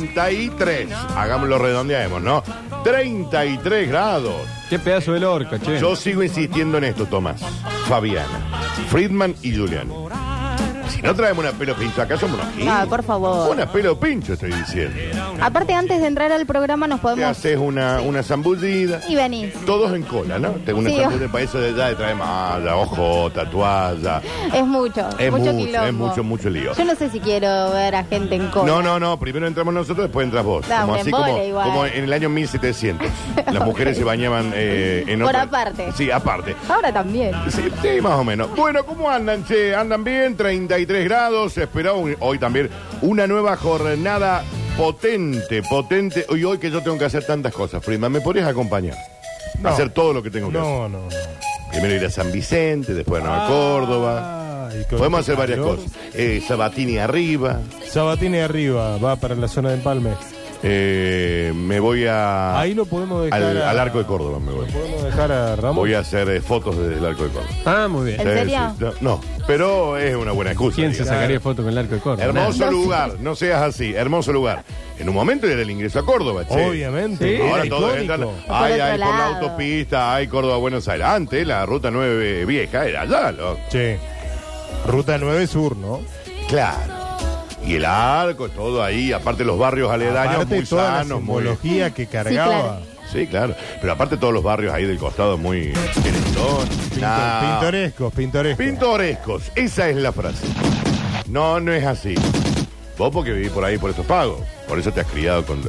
33. Hagámoslo, redondeemos, ¿no? 33 grados. Qué pedazo de lorca, che. Yo sigo insistiendo en esto, Tomás, Fabiana, Friedman y Julián. Si no traemos una pelo pincho acá, somos unos giles. Ah, por favor. Una pelo pincho, estoy diciendo. Aparte, antes de entrar al programa nos Te podemos... haces una, una zambullida. Y venís. Todos en cola, ¿no? Tengo una Sí, zambullida para eso de allá, de traer malla, ojota, toalla. Es mucho. Es mucho, mucho, quilombo. es mucho, mucho lío. Yo no sé si quiero ver a gente en cola. No, no, no. Primero entramos nosotros, después entras vos. Da, como un así embole como, igual. como en el año 1700. Las mujeres se bañaban eh, en Por otra- aparte. Sí, aparte. Ahora también. Sí, sí, más o menos. Bueno, ¿cómo andan, che? ¿Andan bien? 33 grados. Esperaba un- hoy también una nueva jornada potente, potente. Y hoy que yo tengo que hacer tantas cosas, prima. ¿Me podrías acompañar? No. Hacer todo lo que tengo que hacer. No, Ah. no, no. Primero ir a San Vicente, después a Nueva Córdoba. Ay, con Podemos este hacer varias calor. cosas. Eh, Sabatini arriba. Sabatini arriba, va para la zona de Empalme. Eh, me voy a... Ahí lo podemos dejar. al, a- al Arco de Córdoba me voy. Lo podemos dejar a Ramón. Voy a hacer eh, fotos desde el Arco de Córdoba. Ah, muy bien. ¿En Sí, serio? sí, no, no, pero es una buena excusa. ¿Quién se digamos. sacaría foto con el arco de Córdoba? Hermoso No, sí. lugar, no seas así, hermoso lugar. En un momento era el ingreso a Córdoba, che. Obviamente. Sí. era Ahora todos icónico. entran. Por Ay, otro ay, por la lado. autopista, ay, Córdoba, Buenos Aires. Antes la ruta 9 vieja era allá, loco. Che, Ruta 9 Sur, ¿no? Claro. Y el arco, todo ahí, aparte los barrios aledaños, Aparte muy toda la sanos, muy. simbología que cargaba. claro. Sí, claro. Pero aparte todos los barrios ahí del costado, muy. Pinto- Nah. Pintorescos, pintorescos. Pintorescos, esa es la frase. No, no es así. Vos porque vivís por ahí por estos pagos, por eso te has criado con.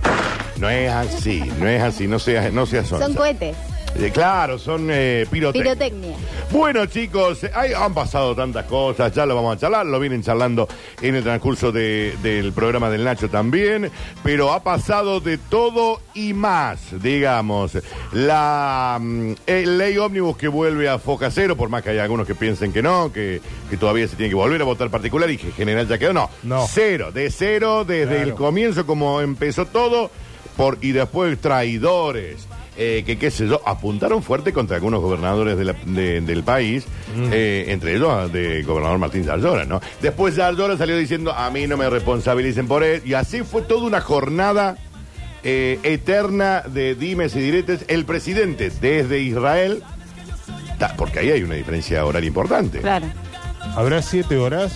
No es así, no es así, no seas, no seas sonsa. Son cohetes. Eh, claro, son eh, pirotecnia. Pirotecnia. Bueno, chicos, eh, ay, han pasado tantas cosas, ya lo vamos a charlar, lo vienen charlando en el transcurso de- del programa del Nacho también, pero ha pasado de todo y más, digamos. La mm, eh, ley ómnibus que vuelve a foca cero, por más que hay algunos que piensen que no, que, que todavía se tiene que volver a votar particular y que en general ya quedó, no. No. Cero, de cero desde Claro. el comienzo, como empezó todo, por, y después traidores, eh, que qué sé yo, apuntaron fuerte contra algunos gobernadores de la- de- del país, Mm. eh, entre ellos de gobernador Martín Yarlora, ¿no? Después Yarlora salió diciendo, a mí no me responsabilicen por él, y así fue toda una jornada eh, eterna de dimes y diretes. El presidente desde Israel, ta- porque ahí hay una diferencia horaria importante. Claro. ¿Habrá siete horas?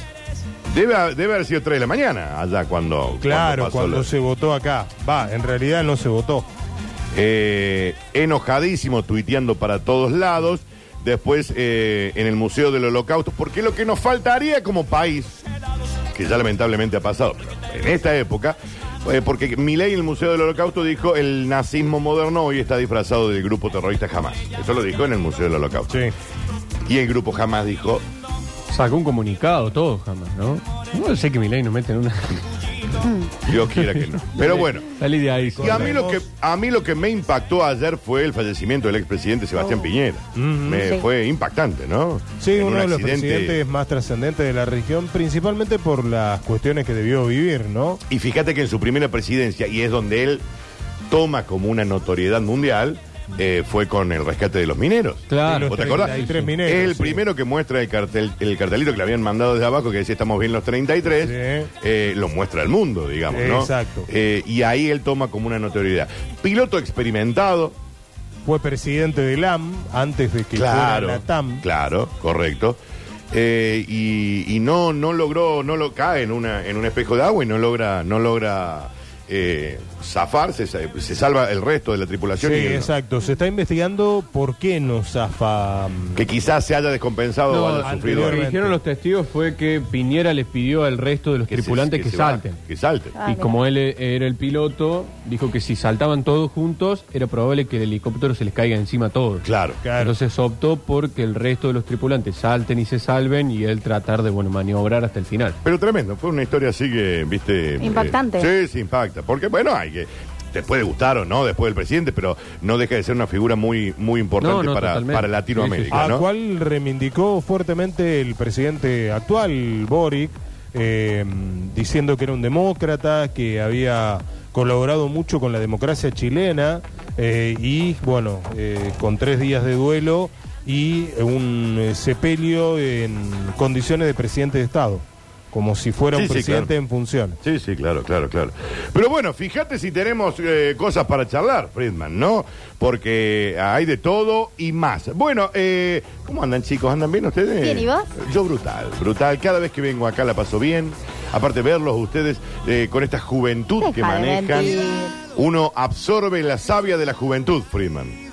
Debe, ha- debe haber sido 3 de la mañana allá cuando... Claro, pasó cuando lo- se votó acá. Va, en realidad no se votó. Eh, enojadísimo, tuiteando para todos lados. Después eh, en el Museo del Holocausto, porque lo que nos faltaría como país, que ya lamentablemente ha pasado, pero en esta época, eh, porque Milei en el Museo del Holocausto dijo el nazismo moderno hoy está disfrazado del grupo terrorista jamás. Eso lo dijo en el Museo del Holocausto. Sí. Y el grupo jamás dijo, Sacó un comunicado, todo, jamás, ¿no? No sé que Milei nos mete en una. Dios quiera que no. Pero bueno. Salí de ahí. Y a mí, lo que, a mí lo que me impactó ayer fue el fallecimiento del expresidente Sebastián Piñera. Me Sí. Fue impactante, ¿no? Oh. Sí, En uno un de los accidente. presidentes más trascendentes de la región, principalmente por las cuestiones que debió vivir, ¿no? Y fíjate que en su primera presidencia, y es donde él toma como una notoriedad mundial, eh, fue con el rescate de los mineros. Claro. ¿Vos te acordás? 33 Es mineros, el sí. primero que muestra el cartel, el cartelito que le habían mandado desde abajo que decía estamos bien los 33, Sí. eh, lo muestra el mundo, digamos, ¿no? Exacto. Eh, y ahí él toma como una notoriedad. Piloto experimentado, Fue presidente del AM antes de que claro, fuera la TAM. claro, correcto. Eh, y, y no, no logró, no lo cae en una, en un espejo de agua y no logra, no logra eh, zafarse, se, se salva el resto de la Sí, tripulación. y él no. exacto. Se está investigando por qué no zafa. mm, Que quizás se haya descompensado o haya sufrido. lo que anteriormente. dijeron los testigos fue que Piñera les pidió al resto de los se- tripulantes que, se baje, salten. Que salten. Ah, y mira. como él eh, era el piloto, dijo que si saltaban todos juntos, era probable que el helicóptero se les caiga encima a todos. Claro. Claro. Entonces optó por que el resto de los tripulantes salten y se salven y él tratar de, bueno, maniobrar hasta el final. Pero tremendo, fue una historia así que, viste. Impactante. eh, sí, sí, impacta. Porque, bueno, hay que. Te puede gustar o no después del presidente, pero no deja de ser una figura muy, muy importante No, no, para, totalmente. para Latinoamérica, a ¿no? cual reivindicó fuertemente el presidente actual, Boric, eh, diciendo que era un demócrata, que había colaborado mucho con la democracia chilena eh, y, bueno, eh, con tres días de duelo y un eh, sepelio en condiciones de presidente de Estado. como si fuera Sí, un sí, presidente claro. en funciones. Sí, sí, claro, claro, claro. Pero bueno, fíjate si tenemos eh, cosas para charlar, Friedman, ¿no? Porque hay de todo y más. Bueno, eh, ¿cómo andan chicos? ¿Andan bien ustedes? Bien, ¿y vos? Yo brutal, brutal. Cada vez que vengo acá la paso bien. Aparte verlos ustedes eh, con esta juventud Deja que de manejan, mentir. uno absorbe la savia de la juventud, Friedman.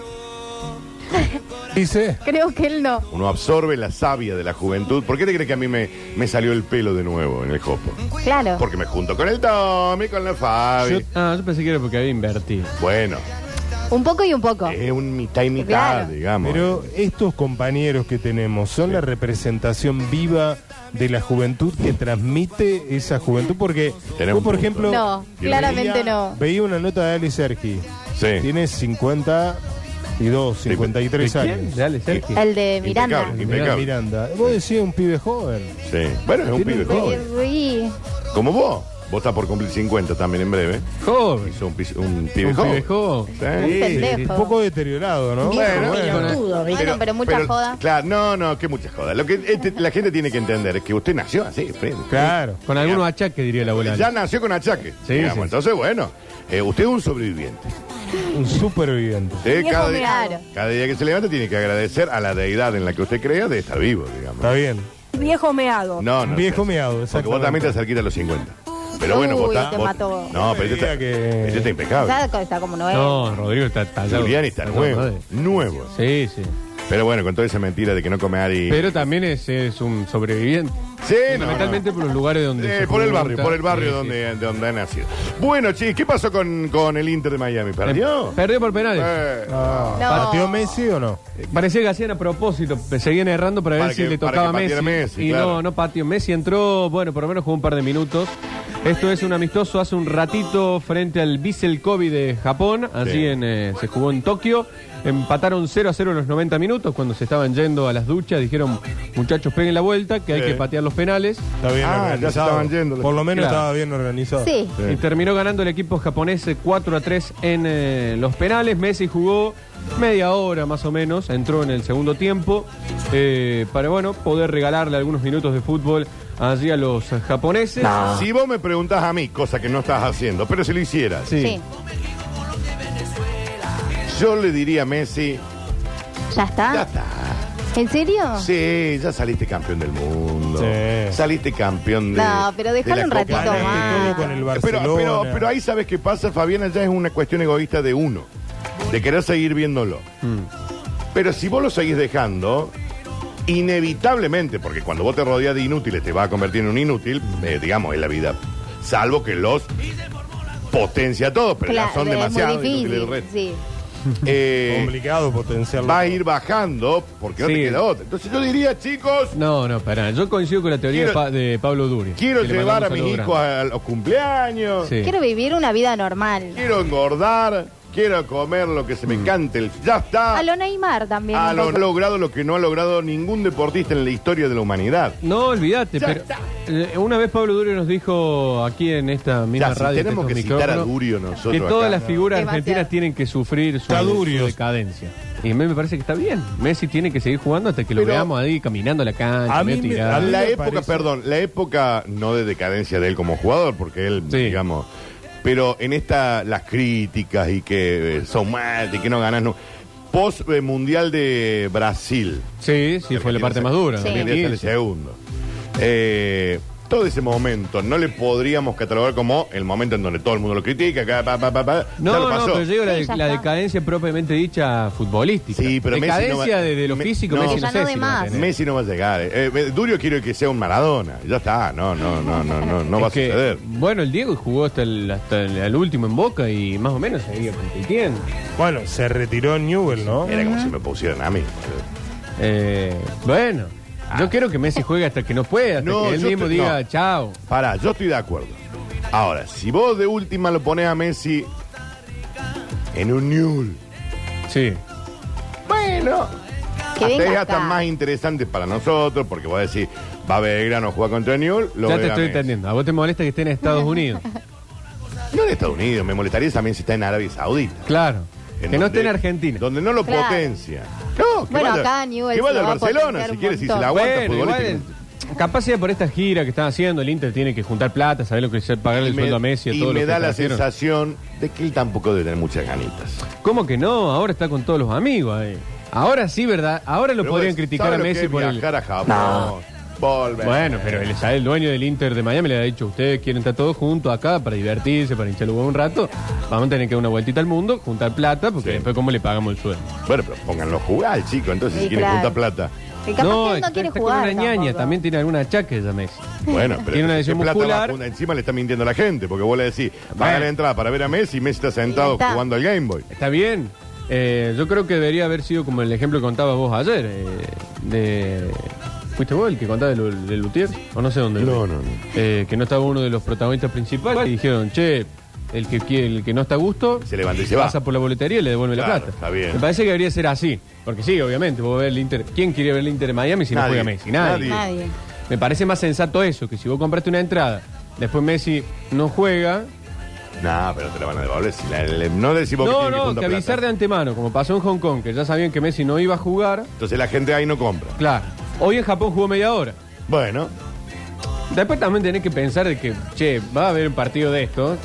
Dice, Creo que él no. Uno absorbe la savia de la juventud. ¿Por qué te crees que a mí me, me salió el pelo de nuevo en el copo? Claro. Porque me junto con el Tommy, con la Fabi. Yo, ah, yo pensé que era porque había invertido. Bueno, Un poco y un poco. es un mitad y mitad, Claro. digamos. pero estos compañeros que tenemos son la representación viva de la juventud que transmite esa juventud, porque Tenés yo, por un punto. ejemplo... No, Bien. claramente veía- no. Veía una nota de Ali Sergi. Sí. Tiene 52, 53 ¿De quién? años. Dale, Sergio. El de Miranda. Impecable. Mirá, Miranda. Vos decís un pibe joven. Sí. Bueno, es un Tiene pibe un joven. Sí. Como vos. Vos estás por cumplir 50 también en breve. Joven. Sos un, pis- un pibe Un joven. pibe joven. Sí. Un pendejo. Un poco deteriorado, ¿no? Viejo, Bueno, Bueno, pero, mucha joda. Claro, no, no, que muchas jodas. Lo que este, la gente tiene que entender es que usted nació así, Fred. Claro. Con algunos achaques, diría la abuela. Ya nació con achaque. Sí, digamos. sí, sí. Entonces, bueno, eh, usted es un sobreviviente. Un superviviente. Usted Viejo cada, día- claro. cada día que se levanta tiene que agradecer a la deidad en la que usted crea de estar vivo, digamos. Está bien. Viejo meado. No, no. Viejo seas- meado, Porque vos exactamente. también te cerquita a los 50. Pero bueno, Uy, vos estás. te vos- mató. No, pero este Mira está, que- este está impecable. Ya está como nueve. No, Rodrigo está tallado. Julián está nuevo. madre. Nuevo. Sí, sí. Pero bueno, con toda esa mentira de que no come ari. Pero también es, es un sobreviviente. Sí, no, Fundamentalmente por los lugares no. donde. Eh, se por el junta. barrio, por el barrio Sí, sí. donde, de donde ha nacido. Bueno, chis, ¿qué pasó con, con el Inter de Miami? ¿Perdió? Perdió por penales. Eh, Ah. No. ¿Partió Messi o no? Eh, Parecía que hacían a propósito, pe- seguían errando para, Para ver si que- le para tocaba a que Messi. pateara Messi, Y claro. no, no pateó. Messi entró, bueno, por lo menos jugó un par de minutos. Esto es un amistoso hace un ratito frente al Bissell Kobe de Japón. Así Sí. en, eh, se jugó en Tokio. Empataron 0 a 0 en los 90 minutos. Cuando se estaban yendo a las duchas, dijeron, muchachos, peguen la vuelta, que hay Sí. que patear los penales. Está bien Ah, organizado. ya se estaban yendo. Por lo menos Claro. estaba bien organizado. Sí. Sí. Y terminó ganando el equipo japonés eh, 4 a 3 en eh, los penales. Messi jugó media hora más o menos, entró en el segundo tiempo eh, para bueno poder regalarle algunos minutos de fútbol allí a los eh, japoneses. Ah. Si vos me preguntás a mí, cosa que no estás haciendo, pero si lo hicieras, Sí. Sí. yo le diría a Messi, ¿Ya está? ya está. ¿En serio? Sí, ya saliste campeón del mundo. Ah. Sí. Saliste campeón de. No, pero de dejalo la un Copa ratito América. más. Ganaste todo con el Pero, Barcelona. pero, pero ahí sabes qué pasa, Fabiana, ya es una cuestión egoísta de uno, de querer seguir viéndolo. Mm. Pero si vos lo seguís dejando, inevitablemente, porque cuando vos te rodeas de inútiles te va a convertir en un inútil, Mm. eh, digamos, en la vida. Salvo que los potencia a todos, pero ya Claro, son es demasiado muy inútiles el difícil. resto. Sí. Eh, Complicado potenciarlo. va a ir bajando porque no te Sí. queda otra. Entonces yo diría, chicos, No, no, pará. Yo coincido con la teoría Quiero- de, Pa- de Pablo Duri. quiero que le llevar a mis mandamos un hijos saludo a los cumpleaños. grande. Sí. Quiero vivir una vida normal. Quiero engordar, quiero comer lo que se Mm. me cante. el- Ya está. A lo Neymar también. Ha un Ah. lo- poco. logrado lo que no ha logrado ningún deportista en la historia de la humanidad. No, olvídate, Ya pero está. eh, una vez Pablo Durio nos dijo aquí en esta misma Ya, si radio, en tenemos estos que citar a micrófonos, Durio nosotros que todas acá. las figuras Demasiado. argentinas tienen que sufrir su, Está su Durio. decadencia. Y a mí me parece que está bien. Messi tiene que seguir jugando hasta que lo Pero- veamos ahí caminando a la cancha, A medio mí me- tirado. a mí- La me época, parece- perdón, la época no de decadencia de él como jugador, porque él, Sí. digamos, pero en esta las críticas y que eh, son mal y que no ganas no. Post eh, mundial de Brasil. Sí, sí, fue la parte más dura. Sí. Argentina sale 2015. segundo. Eh, todo ese momento no le podríamos catalogar como el momento en donde todo el mundo lo critica. acá, pa, pa, pa, pa. Ya lo No, no, pasó. pero yo digo la, Sí, de- ya la está. decadencia propiamente dicha futbolística. Sí, pero Messi no va- decadencia de, de lo Me- físico, no. Messi Que no ya no sé dé si lo va a más. tener. Messi no va a llegar. Eh, eh, Durio quiero que sea un Maradona. Ya está. No, no, no, no, no, no va a Es que, suceder. Bueno, el Diego jugó hasta el, hasta el, al último en Boca y más o menos seguía compitiendo. Bueno, se retiró Newell, ¿no? Era como si me pusieran a mí. Eh, bueno, yo quiero que Messi juegue hasta que no pueda, hasta No, que él yo mismo te- diga no. chao. Pará, yo estoy de acuerdo. Ahora, si vos de última lo pones a Messi en un Newell, Sí. bueno, Que hasta venga es acá. hasta más interesante para nosotros porque vos decís, va a Belgrano, juega contra Newell, lo ya ve te a estoy Messi. entendiendo. A vos te molesta que esté en Estados Unidos. No en Estados Unidos, me molestaría también si está en Arabia Saudita. claro. Que En no donde- esté en Argentina. Donde no lo Claro. potencia. No, que Bueno, vaya, acá Newell's Que vaya lo al va a Barcelona, potenciar si un quiere, si se montón. la aguanta Bueno, igual futbolísticamente. es- Capacidad por esta gira que están haciendo, el Inter tiene que juntar plata, saber lo que es pagarle el me- sueldo a Messi a y todos los me que da la trajeron. sensación de que él tampoco debe tener muchas ganitas. ¿Cómo que no? Ahora está con todos los amigos ahí. Ahora sí, ¿verdad? Ahora lo Pero podrían vos, criticar ¿sabes a lo que Messi es por el... viajar a Japón, volver. Bueno, pero el, el dueño del Inter de Miami le ha dicho, ustedes quieren estar todos juntos acá para divertirse, para hinchar el huevo un rato, vamos a tener que dar una vueltita al mundo, juntar plata, porque Sí. después cómo le pagamos el sueldo. Bueno, pero pónganlo a jugar, al chico, entonces Sí, si quieren claro. juntar plata. Y capaz que él está- no quiere está jugar. con una ñaña, tampoco. también tiene algún achaque ya Messi. Bueno, pero Tiene una ¿qué lesión plata va a muscular. juntar? Encima le está mintiendo a la gente, porque vos le decís, paga Bueno. la entrada para ver a Messi y Messi está sentado está. jugando al Game Boy. Está bien. Eh, yo creo que debería haber sido como el ejemplo que contabas vos ayer. eh, de... ¿Fuiste vos el que contabas del, del Luthier? O no sé dónde. lo No, vi. no, no. Eh, que no estaba uno de los protagonistas principales. Y dijeron, che, el que, quiere- el que no está a gusto Se levanta y se pasa va. por la boletería y le devuelve la Claro, plata. está bien. Me parece que debería ser así. Porque sí, obviamente, vos ves el Inter. ¿Quién quiere ver el Inter de Miami si Nadie, no juega Messi? nadie. Nadie. Me parece más sensato eso, que si vos compraste una entrada, después Messi no juega, No, pero te la van a devolver. Si la- le- no decimos que no, tienen que no, juntar que plata. avisar de antemano, como pasó en Hong Kong, que ya sabían que Messi no iba a jugar. Entonces la gente ahí no compra. Claro. Hoy en Japón jugó media hora. Bueno, Después también tenés que pensar de que, che, va a haber un partido de esto.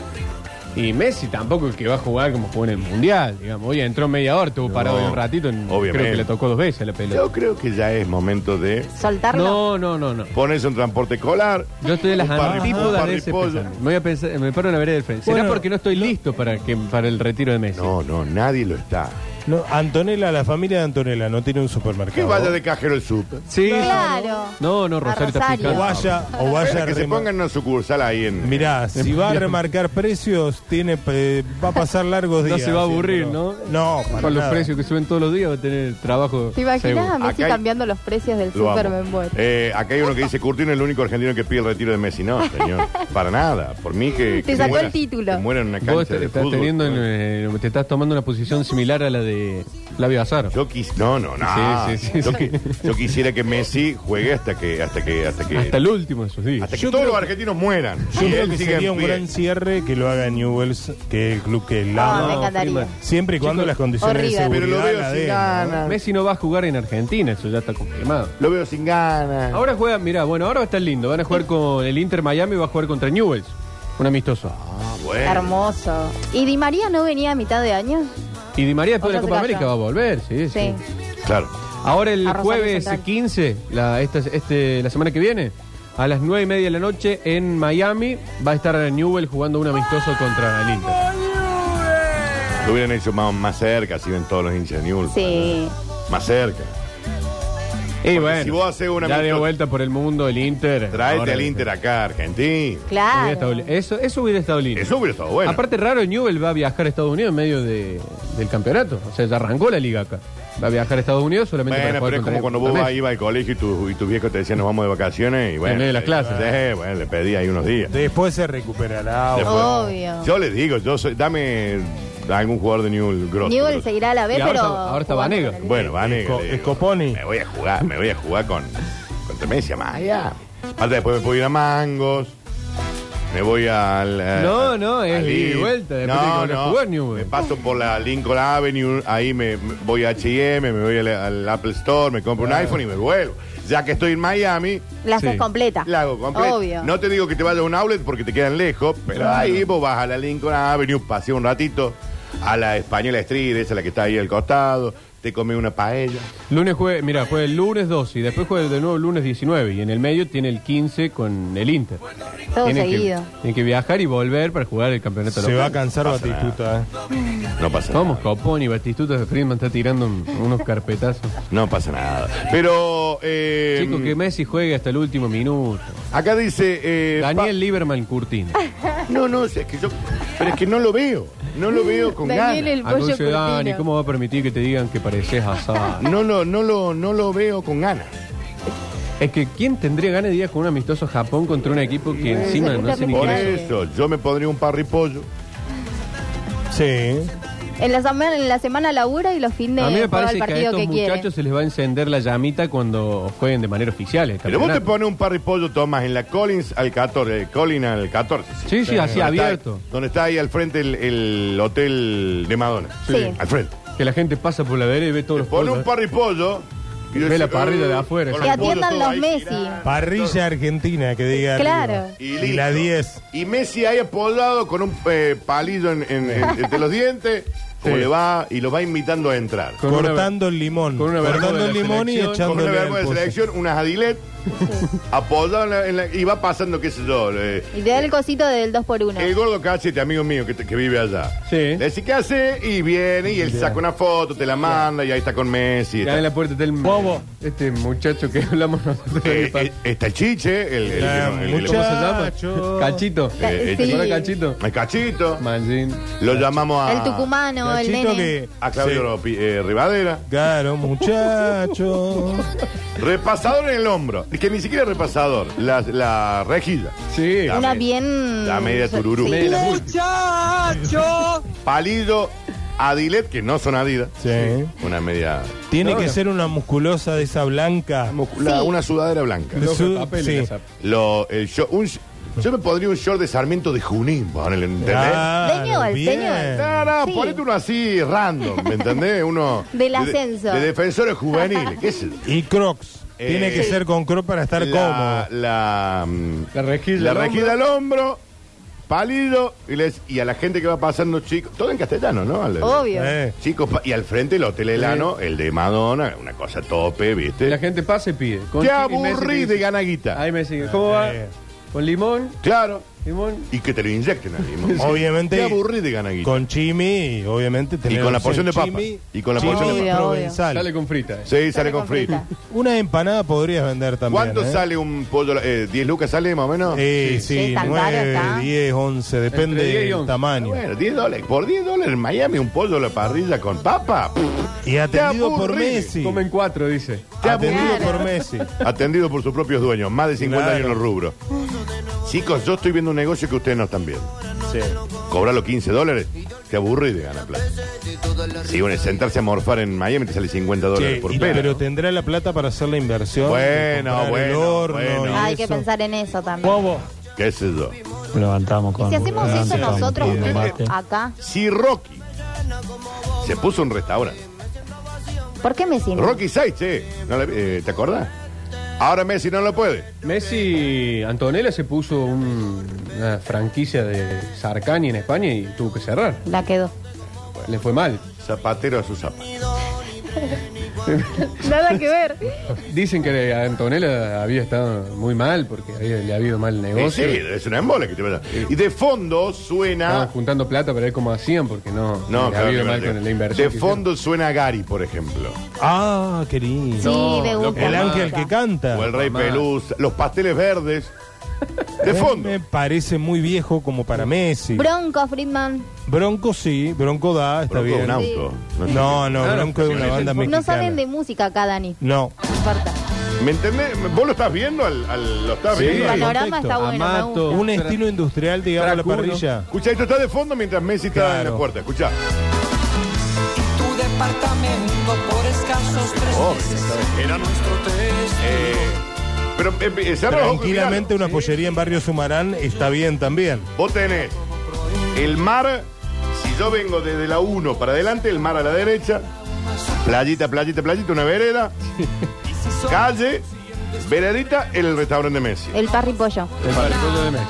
Y Messi tampoco es que va a jugar como jugó en el Mundial, digamos. Hoy entró media hora, estuvo No, parado ahí un ratito. en- obviamente. Creo que le tocó dos veces la pelota. yo creo que ya es momento de Soltarlo. No, no, no, no. ponerse un transporte escolar. Yo estoy de las Un parri- un antípodas de ese parripollo. pensamiento. Me voy a pensar, me paro en la vereda del frente. ¿Será Bueno, porque no estoy listo para que para el retiro de Messi? No, no, nadie lo está. No, Antonella, la familia de Antonella no tiene un Que supermercado. vaya de cajero el súper. Sí. Claro. No, no, A Rosario está Rosario. O picando. vaya, o vaya a Que se remar- pongan una sucursal ahí en... Mirá, si va a remarcar precios, tiene eh, va a pasar largos No días. se va a aburrir, haciéndolo. ¿no? No, para Con los nada. precios que suben todos los días va a tener trabajo. ¿Te imaginas seguro. a Messi Acá hay- cambiando los precios del Lo super amo. me muero? Eh, acá hay uno que dice, Curtino es el único argentino que pide el retiro de Messi. No, señor, para nada. Por mí que... Te que sacó el muera- título. que muera en una Vos cancha te, de estás fútbol. teniendo en, eh, te estás tomando una posición similar a la de Flavio Azar. Yo quis... No, no, no. Sí, sí, sí, yo, sí. qui- yo quisiera que Messi juegue hasta que... Hasta que... Hasta que, Hasta el último de sus días. hasta que Yo todos creo- los argentinos mueran. Yo Y creo él que siga sería en un pie. gran cierre que lo haga Newells, que es el club que la Ah, ama, me encantaría. prima. siempre y cuando Chicos, las condiciones de horrible. seguridad Pero lo veo la sin den, ganas. Messi no va a jugar en Argentina, eso ya está confirmado. Lo veo sin ganas. Ahora juega, mirá, bueno, ahora va a estar lindo. Van a jugar con el Inter Miami, va a jugar contra Newells. Un amistoso. Ah, bueno. Hermoso. ¿Y Di María no venía a mitad de año? Y Di María después de la Otro Copa se América cayó. va a volver, sí, sí. Sí. Claro. Ahora el A Rosario jueves Central. 15, la, esta- este, la semana que viene, a las 9 y media de la noche en Miami, va a estar Newell jugando un amistoso contra el Inter. Lo hubieran hecho más, más cerca, así ven todos los hinchas de Newell's. Sí. Más cerca. Y Porque bueno, si vos haces una ya micro- dio vuelta por el mundo el Inter. Traete Ahora, al Inter acá, Argentina. hubiera Claro. estado li- eso, eso hubiera estado lindo. Eso hubiera estado bueno. Aparte, raro, Newell va a viajar a Estados Unidos en medio de- del campeonato. O sea, ya arrancó la liga acá. Va a viajar a Estados Unidos solamente Bueno, para jugar pero es contra- como cuando vos contra Messi. ibas al colegio y tus y tus viejos te decían nos vamos de vacaciones y bueno. medio de las eh, clases. Sí, bueno, le pedí ahí unos días. Después se recuperará. Después- Obvio. Yo les digo, yo soy, dame algún jugador de Newell Gross. Newell seguirá a la Y vez, ahora pero. está- ahora está jugando Vanega. con el- Bueno, vale. Esco- Scoponi. Me voy a jugar, me voy a jugar con contra Messi a Maya. Aparte después me puedo ir a Mangos. Me voy al. eh, No, no, es al ida y Lid. vuelta, después No, tengo que no. jugar Newell. Me paso por la Lincoln Avenue, ahí me, me voy a HM, me voy al, al Apple Store, me compro un iPhone y me vuelvo. Ya que estoy en Miami, La haces Sí. completa. la hago completa. Obvio. No te digo que te vayas a un outlet porque te quedan lejos, pero ahí vos vas a la Lincoln Avenue, pasea un ratito, a la Española Street, esa la que está ahí al costado, te comes una paella. Lunes jueves, mira, juega el lunes 12 y después juega de nuevo el lunes 19 y en el medio tiene el 15 con el Inter. Todo tiene seguido. Que, tiene que viajar y volver para jugar el campeonato Se va a local. cansar Pasa Batistuta. ¿eh? No pasa nada. Vamos, Copón y Batistuta de Friedman está tirando un- unos carpetazos. No pasa nada. Pero eh, Chico, que Messi juegue hasta el último minuto. acá dice eh, Daniel Lieberman Curtino. pa- No, no, es que yo, pero es que no lo veo, no lo veo con Daniel ganas. el pollo Anuncio de Dani, Curtino. ¿cómo va a permitir que te digan que pareces asado? No lo, no lo, no lo veo con ganas. es que ¿quién tendría ganas de ir a jugar un amistoso Japón contra un equipo que encima no sé ni Por quién Claro. es? eso, yo me pondría un parripollo. Sí. En la, semana, en la semana labura y los fines A mí me juega parece el que a partido estos que, muchachos quiere. se les va a encender la llamita cuando jueguen de manera oficial. el Pero vos te campeonato. pones un parripollo, Tomás, en la Collins al 14, eh, Collins al 14. Sí, sí, así Donde abierto. está- donde está ahí al frente el, el hotel de Madonna. Sí. Al frente. Que la gente pasa por la vereda y ve todos Te los pone polvos. un parripollo Y yo Ve la decía, parrilla de "Uh, afuera". con Que los polos atiendan todos los ahí Messi. girando. Parrilla argentina, que diga. Claro. arriba. Y, listo. la 10. Y Messi ahí apoyado con un eh, palillo en, en- en- entre los dientes, como Sí. le va y lo va invitando a entrar. Con una- cortando el limón. con una vergüenza cortando el de la limón y selección, Con echándole una vergüenza de al pozo. selección, unas adilet, apoyado en la, en la- y va pasando, qué sé yo. eh, Y te da el cosito del 2x1. El gordo cachete, amigo mío, que, te- que vive allá. Sí. Le decís qué hace y viene y él saca una foto, te la manda y ahí está con Messi. Acá ¿eh? en Está, la puerta del Bobo. este muchacho que hablamos nosotros. eh, que pa- eh, está el chiche, el, el- Ya, el- el- el- ¿Cómo se Muchacho. llama? Cachito. Eh, eh, Sí. ¿Recuerda Cachito? el cachito. Manjín. Lo llamamos a, El tucumano, Ah, el Cachito nene. que- a Claudio Pi- eh, Rivadera. Claro, muchacho. Repasador en el hombro. Es que ni siquiera repasador, la, la rejilla. Sí. La Una media- bien. La media tururú. Sí. Media la pulga. Palillo, Adilet, que no son Adidas. Sí. Una media. Tiene Ahora. que ser una musculosa de esa blanca. muscula- Sí. Una sudadera blanca. Lo- Loco de Su- papel sí. en esa. Lo, el sho- un sh- yo me pondría un short de Sarmiento de Junín, ponele, ¿entendés? Claro, Señor, bien. señor. No, no, Sí. ponete uno así random, ¿me entendés? Uno. Del de- ascenso. De, defensores juveniles, qué sé yo. Y Crocs. Eh, Tiene que sí. ser con Crocs para estar la, cómodo. la, mm, La rejilla la al rejilla al hombro, palillo, y, les- y a la gente que va pasando, chicos, todo en castellano, ¿no? Al- Obvio. Eh, Chicos, pa- y al frente el Hotel Elano, el de Madonna, una cosa tope, ¿viste? La gente pasa y pide. Con Te chi- y Messi aburrí dice- de ganaguita. Ahí me sigue. ¿Cómo va? Eh. Con limón. Claro. Limón. Y que te lo inyecten ahí. mismo. Obviamente. Te aburrí de ganaguita. Con chimi, obviamente. tener con la porción opción de papa. chimi, Y con la chimi porción de papa. Obvio, provenzal. Sale con frita. eh. Sí, sale con frita. Una empanada podrías vender también. ¿Cuánto eh? sale un pollo? eh, ¿10 lucas sale más o menos? Eh, sí, Sí, tan caro 9, está. 10, 11, depende Entre 10 y del 11. Ah, tamaño. Bueno, 10 dólares. Por 10 dólares en Miami un pollo a la parrilla con papa. Pff, Y atendido por aburrí. Messi. Comen cuatro, dice. Ah, Te Atendido aburrí. por Messi. Atendido por sus propios dueños, más de 50 Claro. años en los rubros. Chicos, yo estoy viendo un negocio que ustedes no están viendo. Cobrar los 15 dólares, te aburrí de ganar plata. Si bueno, sentarse a morfar en Miami te sale 50 dólares Che, por y- pelo. pero tendrá la plata para hacer la inversión. Bueno, comprar el bueno, horno bueno. y Ah, Hay que eso. pensar en eso también. Bobo. ¿Qué sé yo? Levantamos Y con Ah. si hacemos levantamos eso Ustedes- con nosotros un mate. acá, Si Rocky se puso un restaurante. ¿por qué Messi no? Rocky 6, che. ¿No la vi- eh, ¿Te acordás? Ahora Messi no lo puede. Messi, Antonella se puso un- una franquicia de Sarcani en España y tuvo que cerrar. La quedó. Le fue mal. Zapatero a sus zapatos. Nada que ver. Dicen que Antonella había estado muy mal porque había- le ha habido mal Eh, Sí, negocio. es una embola que te pasa. Y de fondo suena. Estaban juntando plata para ver cómo hacían porque no, No, le claro ha habido que mal no. con Ah, la De inversión. que fondo suena Gary, por ejemplo. Ah, qué lindo. Sí, me lo gusta. que- El ángel que canta. O el Rey Mamá. Pelusa. Los pasteles verdes. De fondo. Eh, Me parece muy viejo como para Messi. Bronco, Friedman. Bronco sí, Bronco da, está Bronco de un bien. auto. No, no, Claro, Bronco es sí, una sí, banda sí. mexicana. No saben de música acá, Dani. No. No importa. ¿Me entendés? ¿Vos lo estás viendo? al- al- ¿Lo estás Sí. viendo? Bueno. Panorama contexto. está bueno. me Amato. gusta. Un estilo industrial, digamos, la Tracuno. parrilla. Escucha, esto está de fondo mientras Messi está en la Claro. puerta. Escucha. tu departamento por escasos tres Oh, meses. Nuestro test. pero eh, eh, cerra los ojos y mirá. Tranquilamente una pollería en Barrio Sumarán está bien también. Vos tenés el mar, si yo vengo desde la 1 para adelante, el mar a la derecha, playita, playita, playita, una vereda, calle, veredita, el restaurante de Messi. El parry pollo. El parripollo de Messi.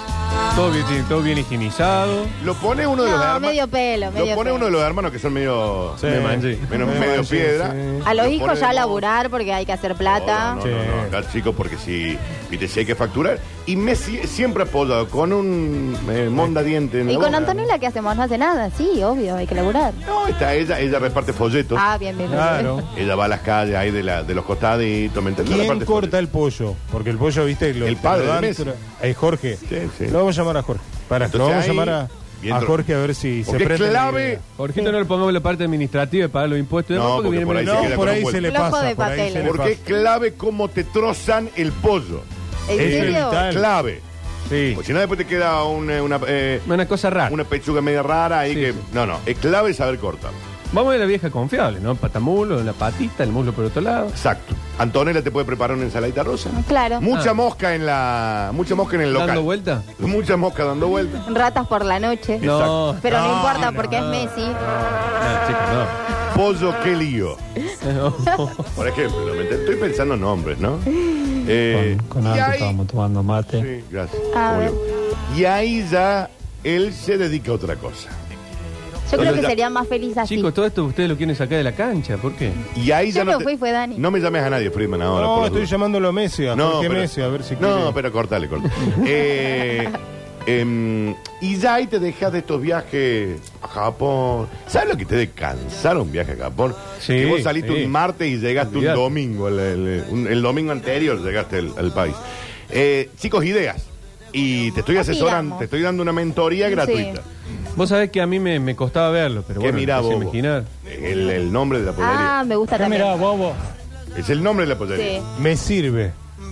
Todo bien, tiene- todo bien higienizado. Lo pone uno de los No, hermanos. medio pelo, medio lo pone pelo. uno de los hermanos que son medio. Sí. Me manché. menos- Me medio manché, piedra. sí. A los Lo hijos pone ya de- laburar porque hay que hacer plata. No, no, no, no, acá, chicos, porque si, viste, si hay que facturar. Y Messi siempre apoyado con un eh, monda diente. en la Y con boca. Antonella, ¿qué hacemos? No hace nada. Sí, obvio, hay que laburar. No, está ella, ella reparte folletos. Ah, bien, bien. bien. Claro. Ella va a las calles ahí de, la, de los costaditos, ¿me entendés? La ¿Quién parte corta el pollo? Porque el pollo, viste, lo, El padre te lo de dan- Messi. Eh, Jorge. Sí, sí. Lo vamos a llamar a Jorge. Para, Entonces lo vamos a ahí- llamar a, Bien, a tro- Jorge a ver si se Porque es prende. la clave. idea. Jorgito no le pongamos la parte administrativa de pagar los impuestos. No, demás, porque por ahí medio- se No, queda con por un ahí vuelto. se le Flojo pasa. de por ahí papeles. se le Porque es pasa. clave cómo te trozan el pollo. ¿En Es serio? vital. Clave. Sí. Porque si no, después te queda un, eh, una, eh, Una cosa rara. una pechuga media rara ahí Ah. Sí, que. sí. No, no. Es clave saber cortar. Vamos a la vieja confiable, ¿no? Patamulo, la patita, el muslo por otro lado. Exacto. Antonella te puede preparar una ensaladita rosa. Claro. Mucha Ah. mosca en la. Mucha mosca en el local. ¿Dando vuelta? Mucha mosca dando vuelta. Ratas por la noche. No. Pero no, No, importa no. porque es Messi. No, chicos, no. Pollo, qué lío. Por ejemplo, ¿me entiendes? estoy pensando en nombres, ¿no? Eh, Con y algo ahí- estábamos tomando mate. Sí, gracias. A Julio. ver. Y ahí ya él se dedica a otra cosa. Yo creo que ya- sería más feliz así. Chicos, todo esto ustedes lo quieren sacar de la cancha, ¿por qué? Y ahí ya Yo no. no te- fui, fue Dani. No me llames a nadie, Friedman, ahora. No, por las estoy dudas. llamándolo a Messi, a Jorge pero- Ah, Messi, a ver si No, quiere. pero cortale, cortale. Eh, em, y ya ahí te dejas de estos viajes a Japón. ¿Sabes lo que te de cansar un viaje a Japón? Sí, que vos saliste sí. un martes y llegaste Olvidate. un domingo, el, el- un- el domingo anterior llegaste al, al país. Eh, chicos, ideas. Y te estoy No asesorando, miramos. te estoy dando una mentoría Sí. gratuita. Vos sabés que a mí me, me costaba verlo, pero ¿Qué bueno, mirá no sé vos? imaginar. El, el nombre de la pollería. Ah, me gusta ¿Qué también. mirá, bobo? Es el nombre de la Sí. pollería. Me sirve.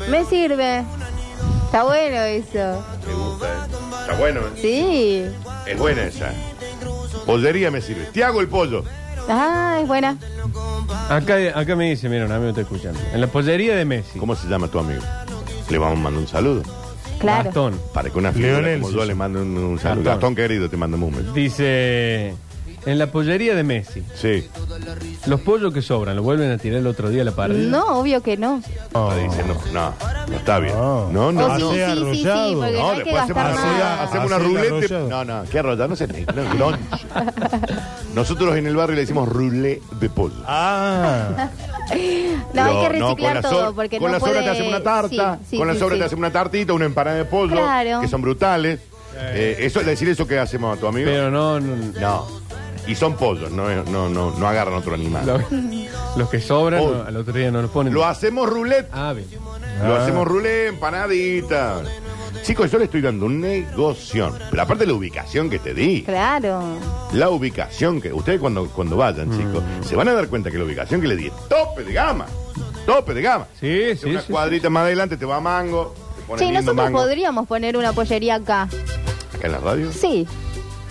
Me sirve. Está bueno eso. Me gusta, eh. Está bueno, eh. Sí. Es buena esa. Pollería me sirve. Te hago el pollo. Ah, es buena. Acá, acá me dice, mira, un amigo está escuchando. En la pollería de Messi. ¿Cómo se llama tu amigo? Le vamos a mandar un saludo. Claro. Gastón. Para que una figura Leonel, como sí, yo sí. le mande un, un saludo. Gastón. Gastón querido, te mandamos un beso. Dice, en la pollería de Messi, Sí. los pollos que sobran, ¿los vuelven a tirar el otro día a la parrilla? No, obvio que no. No. Le dice, no, no, no está bien. No. No, no, no. O Ah, sí, no. Hace sí, sí, sí, arrollado. porque no, hay que después hacemos gastar una, arrollado. ruleta, nada. hacemos una Hacela ruleta. arrollado. No, no, qué arrollado, no se me no, grunge. Nosotros en el barrio le decimos rulé de pollo. Ah, No, hay que No, con reciclar la todo, sobra- porque con no la sobra puede... te hacen una tarta, Sí, sí, con la sí, sobra sí. te hacen una tartita, una empanada de pollo, Claro. que son brutales. Eh, eso, decir eso que hacemos a tu amigo. Pero no, no- No. Y son pollos, no, es- no, no, no agarran otro animal. lo- los que sobran Pollo. no, al otro día no los ponen. Lo hacemos roulette. Ah, bien. Lo Ah. hacemos roulette, empanadita. Chicos, yo le estoy dando un negocio. Pero aparte la ubicación que te di. Claro. La ubicación que. Ustedes cuando, cuando vayan, chicos, se van a dar cuenta que la ubicación que le di es tope de gama. Tope de gama. Sí, sí, una sí, cuadrita más adelante te va mango. Te pones Sí, lindo nosotros mango. podríamos poner una pollería acá. Acá en la radio. Sí.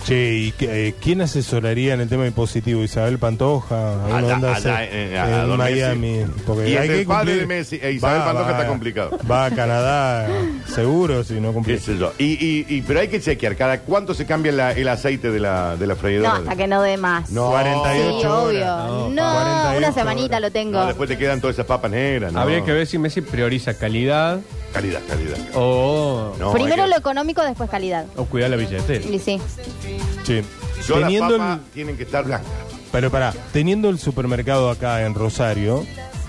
che, ¿y qué- eh, quién asesoraría en el tema impositivo? Isabel Pantoja, ¿Alguna Allá, onda allá, así? eh, a en don Miami. Messi. Porque Y hay es que el padre cumplir. de Messi, e Isabel Pantoja está complicado. Va a Canadá, seguro, si no Qué cumplís. sé yo. Y, y, y- pero hay que chequear cada cuánto se cambia la- el aceite de la, de la No, freidora. hasta que no dé más. No, Sí, 48 horas. obvio. No, 48 una horas. semanita lo tengo. No, después te quedan todas esas papas negras. no. Habría que ver si Messi prioriza calidad Calidad, calidad. o, No, Primero hay lo que- económico, después calidad. o cuidar la billetera. Y sí. Che, Yo las Teniendo papas el, tienen que estar blancas. pero pará, teniendo el supermercado acá en Rosario,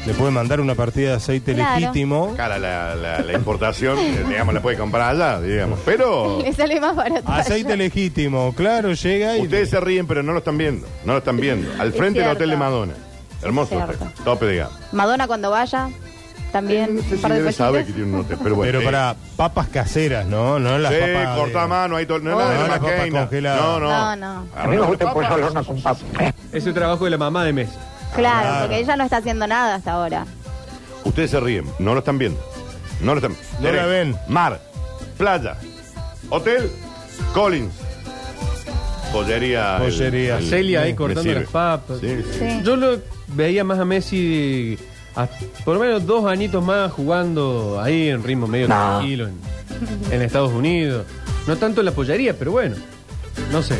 le puede mandar una partida de aceite Claro. legítimo. Cara, la, la, la importación, eh, digamos, la puede comprar allá, digamos. Pero Le sale más barato. Aceite legítimo, claro, llega y. ustedes se ríen, pero no lo están viendo. No lo están viendo. Al Es frente del cierto. hotel de Madonna. Hermoso. Es cierto. hotel. Tope de gama. Madonna cuando vaya, también. No sé un si par de debe saber que cositas. tiene un hotel. Pero bueno. Pero eh, para papas caseras, ¿no? No las Sí, papas. de- corta mano, ahí todo. No, No, no, las papas congeladas. no, no. No, no. A mí me gusta Es el trabajo de la mamá de Messi. Claro, Claro. porque ella no está haciendo nada hasta ahora. Ustedes se ríen, no lo están viendo. No lo están No la ven. Mar, playa, hotel, Collins. Pollería. el- Pollería. el- Celia ahí me cortando sirve. las papas. Sí, sí. Sí. Yo lo veía más a Messi a- por lo menos dos añitos más jugando ahí en ritmo medio tranquilo en, en Estados Unidos. No tanto en la pollería, pero bueno, no sé.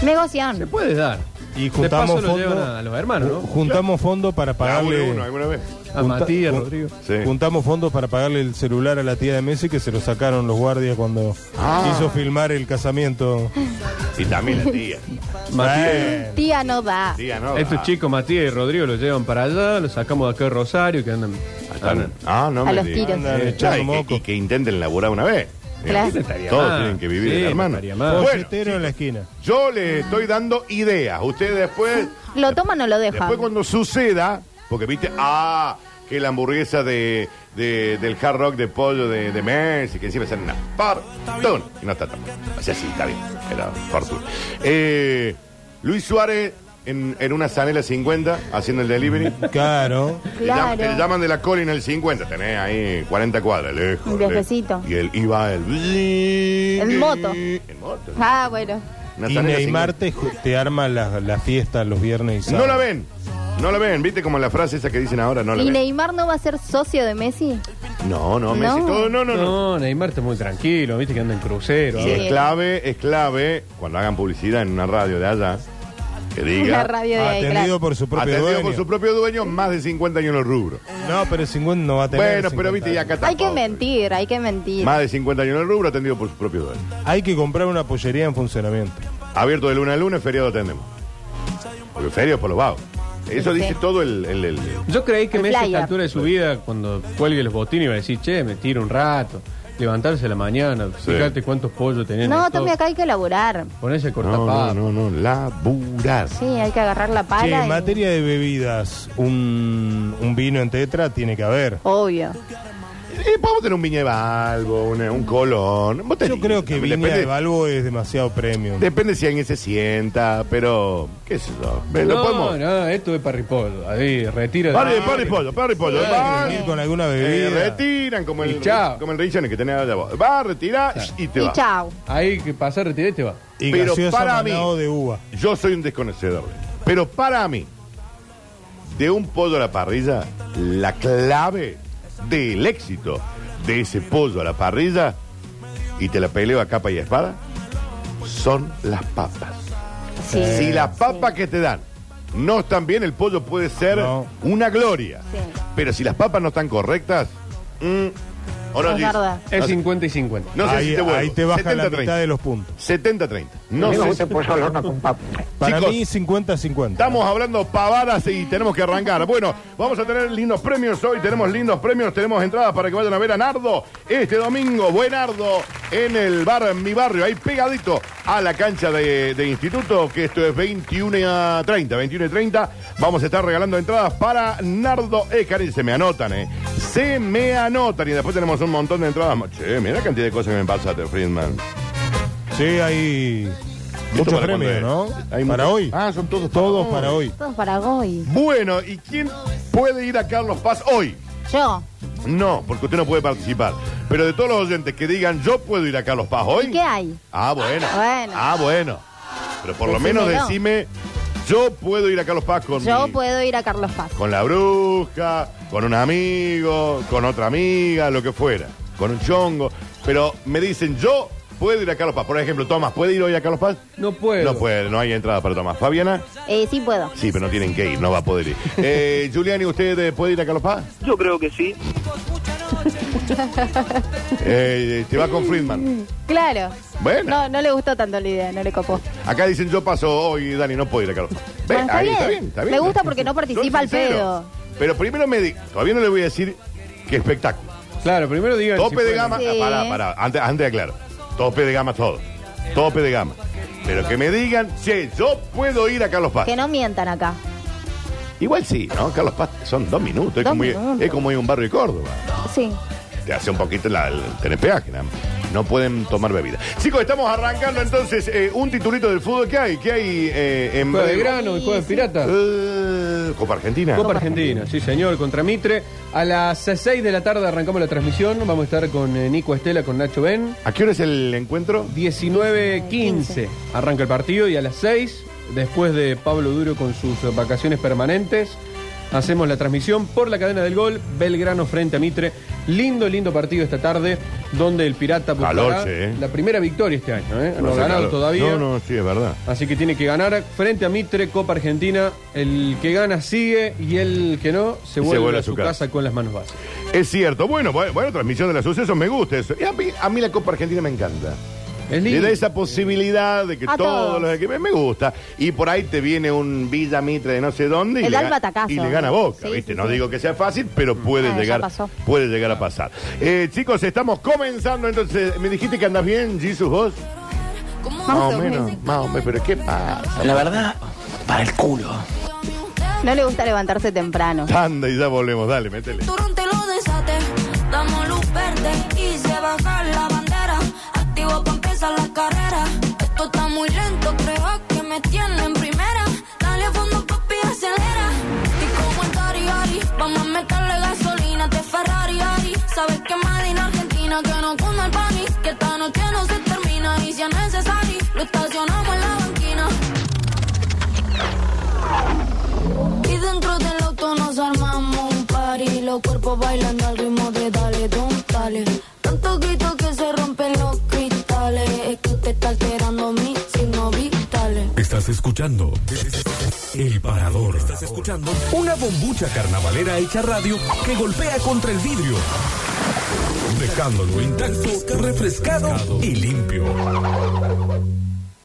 Se Negocian. puede dar. De Y paso juntamos lo fondo. llevan a, a los hermanos, ¿no? Juntamos fondo para Hago pagarle. uno alguna vez. A junta- Matías, jun- Rodrigo. Sí. Juntamos fondos para pagarle el celular a la tía de Messi que se lo sacaron los guardias cuando Ah. quiso filmar el casamiento. Y también la tía. Matías. Tía no da. Tía, ¿no? Estos Eh, Ah, chicos, Matías y Rodrigo, los llevan para allá, los sacamos de acá de Rosario, que andan. están- Ah, no A me los digas. tiros. Andan Eh, echando y que- moco. y que intenten laburar una vez. Claro. Todos tienen que vivir, Sí, no hermano. estaría mal. Bueno, Polletero en la esquina. yo les estoy dando ideas. Ustedes después ¿Lo toman o lo dejan? Después cuando suceda, porque viste, ah, que la hamburguesa de, de- del hard rock de pollo de, de Messi, que encima sale una par, todo, y no está tan bueno. O sea, sí, está bien, era fortuna. Eh, Luis Suárez en, en una Sanela 50 haciendo el delivery. Claro. Le llaman- Te Claro. llaman de la colina el 50, tenés ahí 40 cuadras, lejos. Un lejos. viajecito. Y él iba el... En moto. En moto. Ah, bueno. Una Y Sanela 50. Neymar te, ju- te arma la, la fiesta los viernes y No sábados. la ven, no la ven, viste como la frase esa que dicen ahora, no la ¿Y ven. Neymar no va a ser socio de Messi? No, no, Messi, No. todo, no, no, no. No, Neymar está muy tranquilo, viste que anda en crucero. Y ahora. es clave, es clave, cuando hagan publicidad en una radio de allá, que Una diga. radio de ahí, Atendido claro. por su propio atendido dueño. por su propio dueño, más de 50 años en el rubro. No, pero el 50 no va a tener. bueno, 50 pero viste, y acá años. tampoco. Hay que mentir, hay que mentir. Más de 50 años en el rubro, atendido por su propio dueño. Hay que comprar una pollería en funcionamiento. Abierto de luna a luna, feriado atendemos. Porque feriado por los vagos. Eso Sí. dice todo el. el- el- Yo creí que El Messi a flyer. esta altura de su vida, cuando cuelgue los botines, iba a decir, che, me tiro un rato, levantarse a la mañana, Sí. fíjate cuántos pollos tenían. No, en todo, también acá hay que laburar. Ponerse el No, no, cortapapa. no, no, laburar. Sí, hay que agarrar la Che, pala. en y- materia de bebidas, un, un vino en tetra tiene que haber. Obvio. Eh, podemos tener un viña de Balbo, una- un colón. Vos tenés, Yo creo que también Viña de depende- Balbo es demasiado premium. Depende si alguien se sienta, pero. ¿Qué es eso? Eh, Lo No, podemos. no, esto es parripollo. Ahí, retira. Pare, pare, pollo, pare, pollo. Sí. Va, Venir con alguna eh, bebida. retiran como Y el, chao. como el Richard que tenés allá vos. Va, retirá y te Y va. chao. Ahí que pasa, retira y te va. y pero gaseosa para mí- Manao de uva. Yo soy un desconocedor. Pero para mí, de un pollo a la parrilla, la clave del éxito de ese pollo a la parrilla, y te la peleo a capa y espada, son las papas. Sí. Si las papas que te dan no están bien, el pollo puede ser No. una gloria. Sí. Pero si las papas no están correctas, mm, o no, Es Gis? verdad. Es No sé- 50 y 50. no sé ahí, si te vuelvo. ahí te baja la 70-30. mitad de los puntos. 70-30. No sé si- Para Chicos, mí 50-50. Estamos hablando pavadas y tenemos que arrancar. Bueno, vamos a tener lindos premios hoy. Tenemos lindos premios, tenemos entradas para que vayan a ver a Nardo este domingo. Buen Nardo en el bar, en mi barrio, ahí pegadito a la cancha de, de instituto, que esto es 21 a 30. 21 y 30. Vamos a estar regalando entradas para Nardo Ecar y se me anotan, ¿eh? Se me anotan. Y después tenemos un montón de entradas. más. Che, mira la cantidad de cosas que me pasa, Teo Friedman. Sí, hay muchos para premios, cuándo ¿no? es? Hay para muchos. hoy. Ah, son todos para Todos hoy. para hoy. Todos para Goy. Bueno, ¿y quién puede ir a Carlos Paz hoy? Yo. No, porque usted no puede participar. Pero de todos los oyentes que digan, yo puedo ir a Carlos Paz hoy. ¿Y qué hay? Ah, bueno. Bueno. Ah, bueno. Pero por lo Decímelo. menos decime, yo puedo ir a Carlos Paz con Yo mi- puedo ir a Carlos Paz. con la bruja, con un amigo, con otra amiga, lo que fuera, con un chongo. Pero me dicen, yo puedo ir a Carlos Paz. Por ejemplo, Tomás, ¿puede ir hoy a Carlos Paz? No puedo. No puede, no hay entrada para Tomás. Fabiana, Eh, sí puedo. sí, pero no tienen que ir, no va a poder ir. Eh, Giuliani, ¿usted eh, puede ir a Carlos Paz? Yo creo que sí. Eh, te va con Friedman. Claro. Bueno. No, no le gustó tanto la idea, no le copó. Acá dicen, yo paso hoy, Dani, no puedo ir a Carlos Paz. Ve, Bueno, está ahí, bien. está bien, está bien. Me gusta porque no participa Son al pedo. sinceros. Pero primero me di- todavía no le voy a decir qué espectáculo. Claro, primero digan. si Tope de pueden. gama, Sí. ah, pará, pará, antes, antes aclaro. Tope de gama todo. Tope de gama. Pero que me digan, che, yo puedo ir a Carlos Paz. Que no mientan acá. Igual sí, ¿no? Carlos Paz son dos minutos. es, Dos como ir- minutos. es como ir a un barrio de Córdoba. Sí. Te hace un poquito la, el tenés peaje, nada más. No pueden tomar bebida. Chicos, estamos arrancando entonces eh, un titulito del fútbol. ¿Qué hay? ¿Qué hay eh, en Juega de breve? grano, juega de pirata. Eh, Copa Argentina. Copa Argentina, sí señor, contra Mitre. A las 6 de la tarde arrancamos la transmisión. Vamos a estar con eh, Nico Estela, con Nacho Ben. ¿A qué hora es el encuentro? 19.15 arranca el partido y a las 6, después de Pablo Duro con sus eh, vacaciones permanentes, hacemos la transmisión por la cadena del gol, Belgrano frente a Mitre. Lindo, lindo partido esta tarde, donde el Pirata Calor, buscará sí. la primera victoria este año. ¿eh? No ha sé, ganado claro. todavía. No, no, sí, es verdad. Así que tiene que ganar frente a Mitre, Copa Argentina. El que gana sigue y el que no se vuelve, a su casa. con las manos vacías. Es cierto. Bueno, bueno, bueno, transmisión de los sucesos, me gusta eso. Y a mí, a mí la Copa Argentina me encanta. Es Le lindo. da esa posibilidad de que A todos todos. los equipos. Me gusta. Y por ahí te viene un Villa Mitre de no sé dónde. Y El le, alma ga- tacazo. y le gana boca, Sí, ¿viste? sí, no sí. digo que sea fácil, pero puede, Ah, ya llegar, pasó. puede llegar a pasar. Eh, chicos, estamos comenzando. Entonces, me dijiste que andas bien, Jesus, vos. Más o menos, más o menos. Pero ¿qué pasa? La verdad, para el culo. No le gusta levantarse temprano. Anda y ya volvemos. Dale, métele. Turrón te lo desate, damos luz verde y se baja la bandera. Activo pa' empezar la carrera. Esto está muy lento, creo que me tiene en primera. Dale fondo, papi, acelera. Y como en Dari, Ari, vamos a meterle gasolina, te Ferrari, Ari. Sabes que Madrid en Argentina, que no cunda el pani, que esta noche no se termina. Y si es necesario, lo estacionamos en la banquina. Y dentro del auto nos armamos un party Los cuerpos bailando al ritmo de dale, don, dale Tanto grito que se rompen los cristales Es que te está alterando mis signos vitales Estás Estás escuchando El Parador. Estás escuchando una bombucha carnavalera hecha radio que golpea contra el vidrio, dejándolo intacto, refrescado y limpio.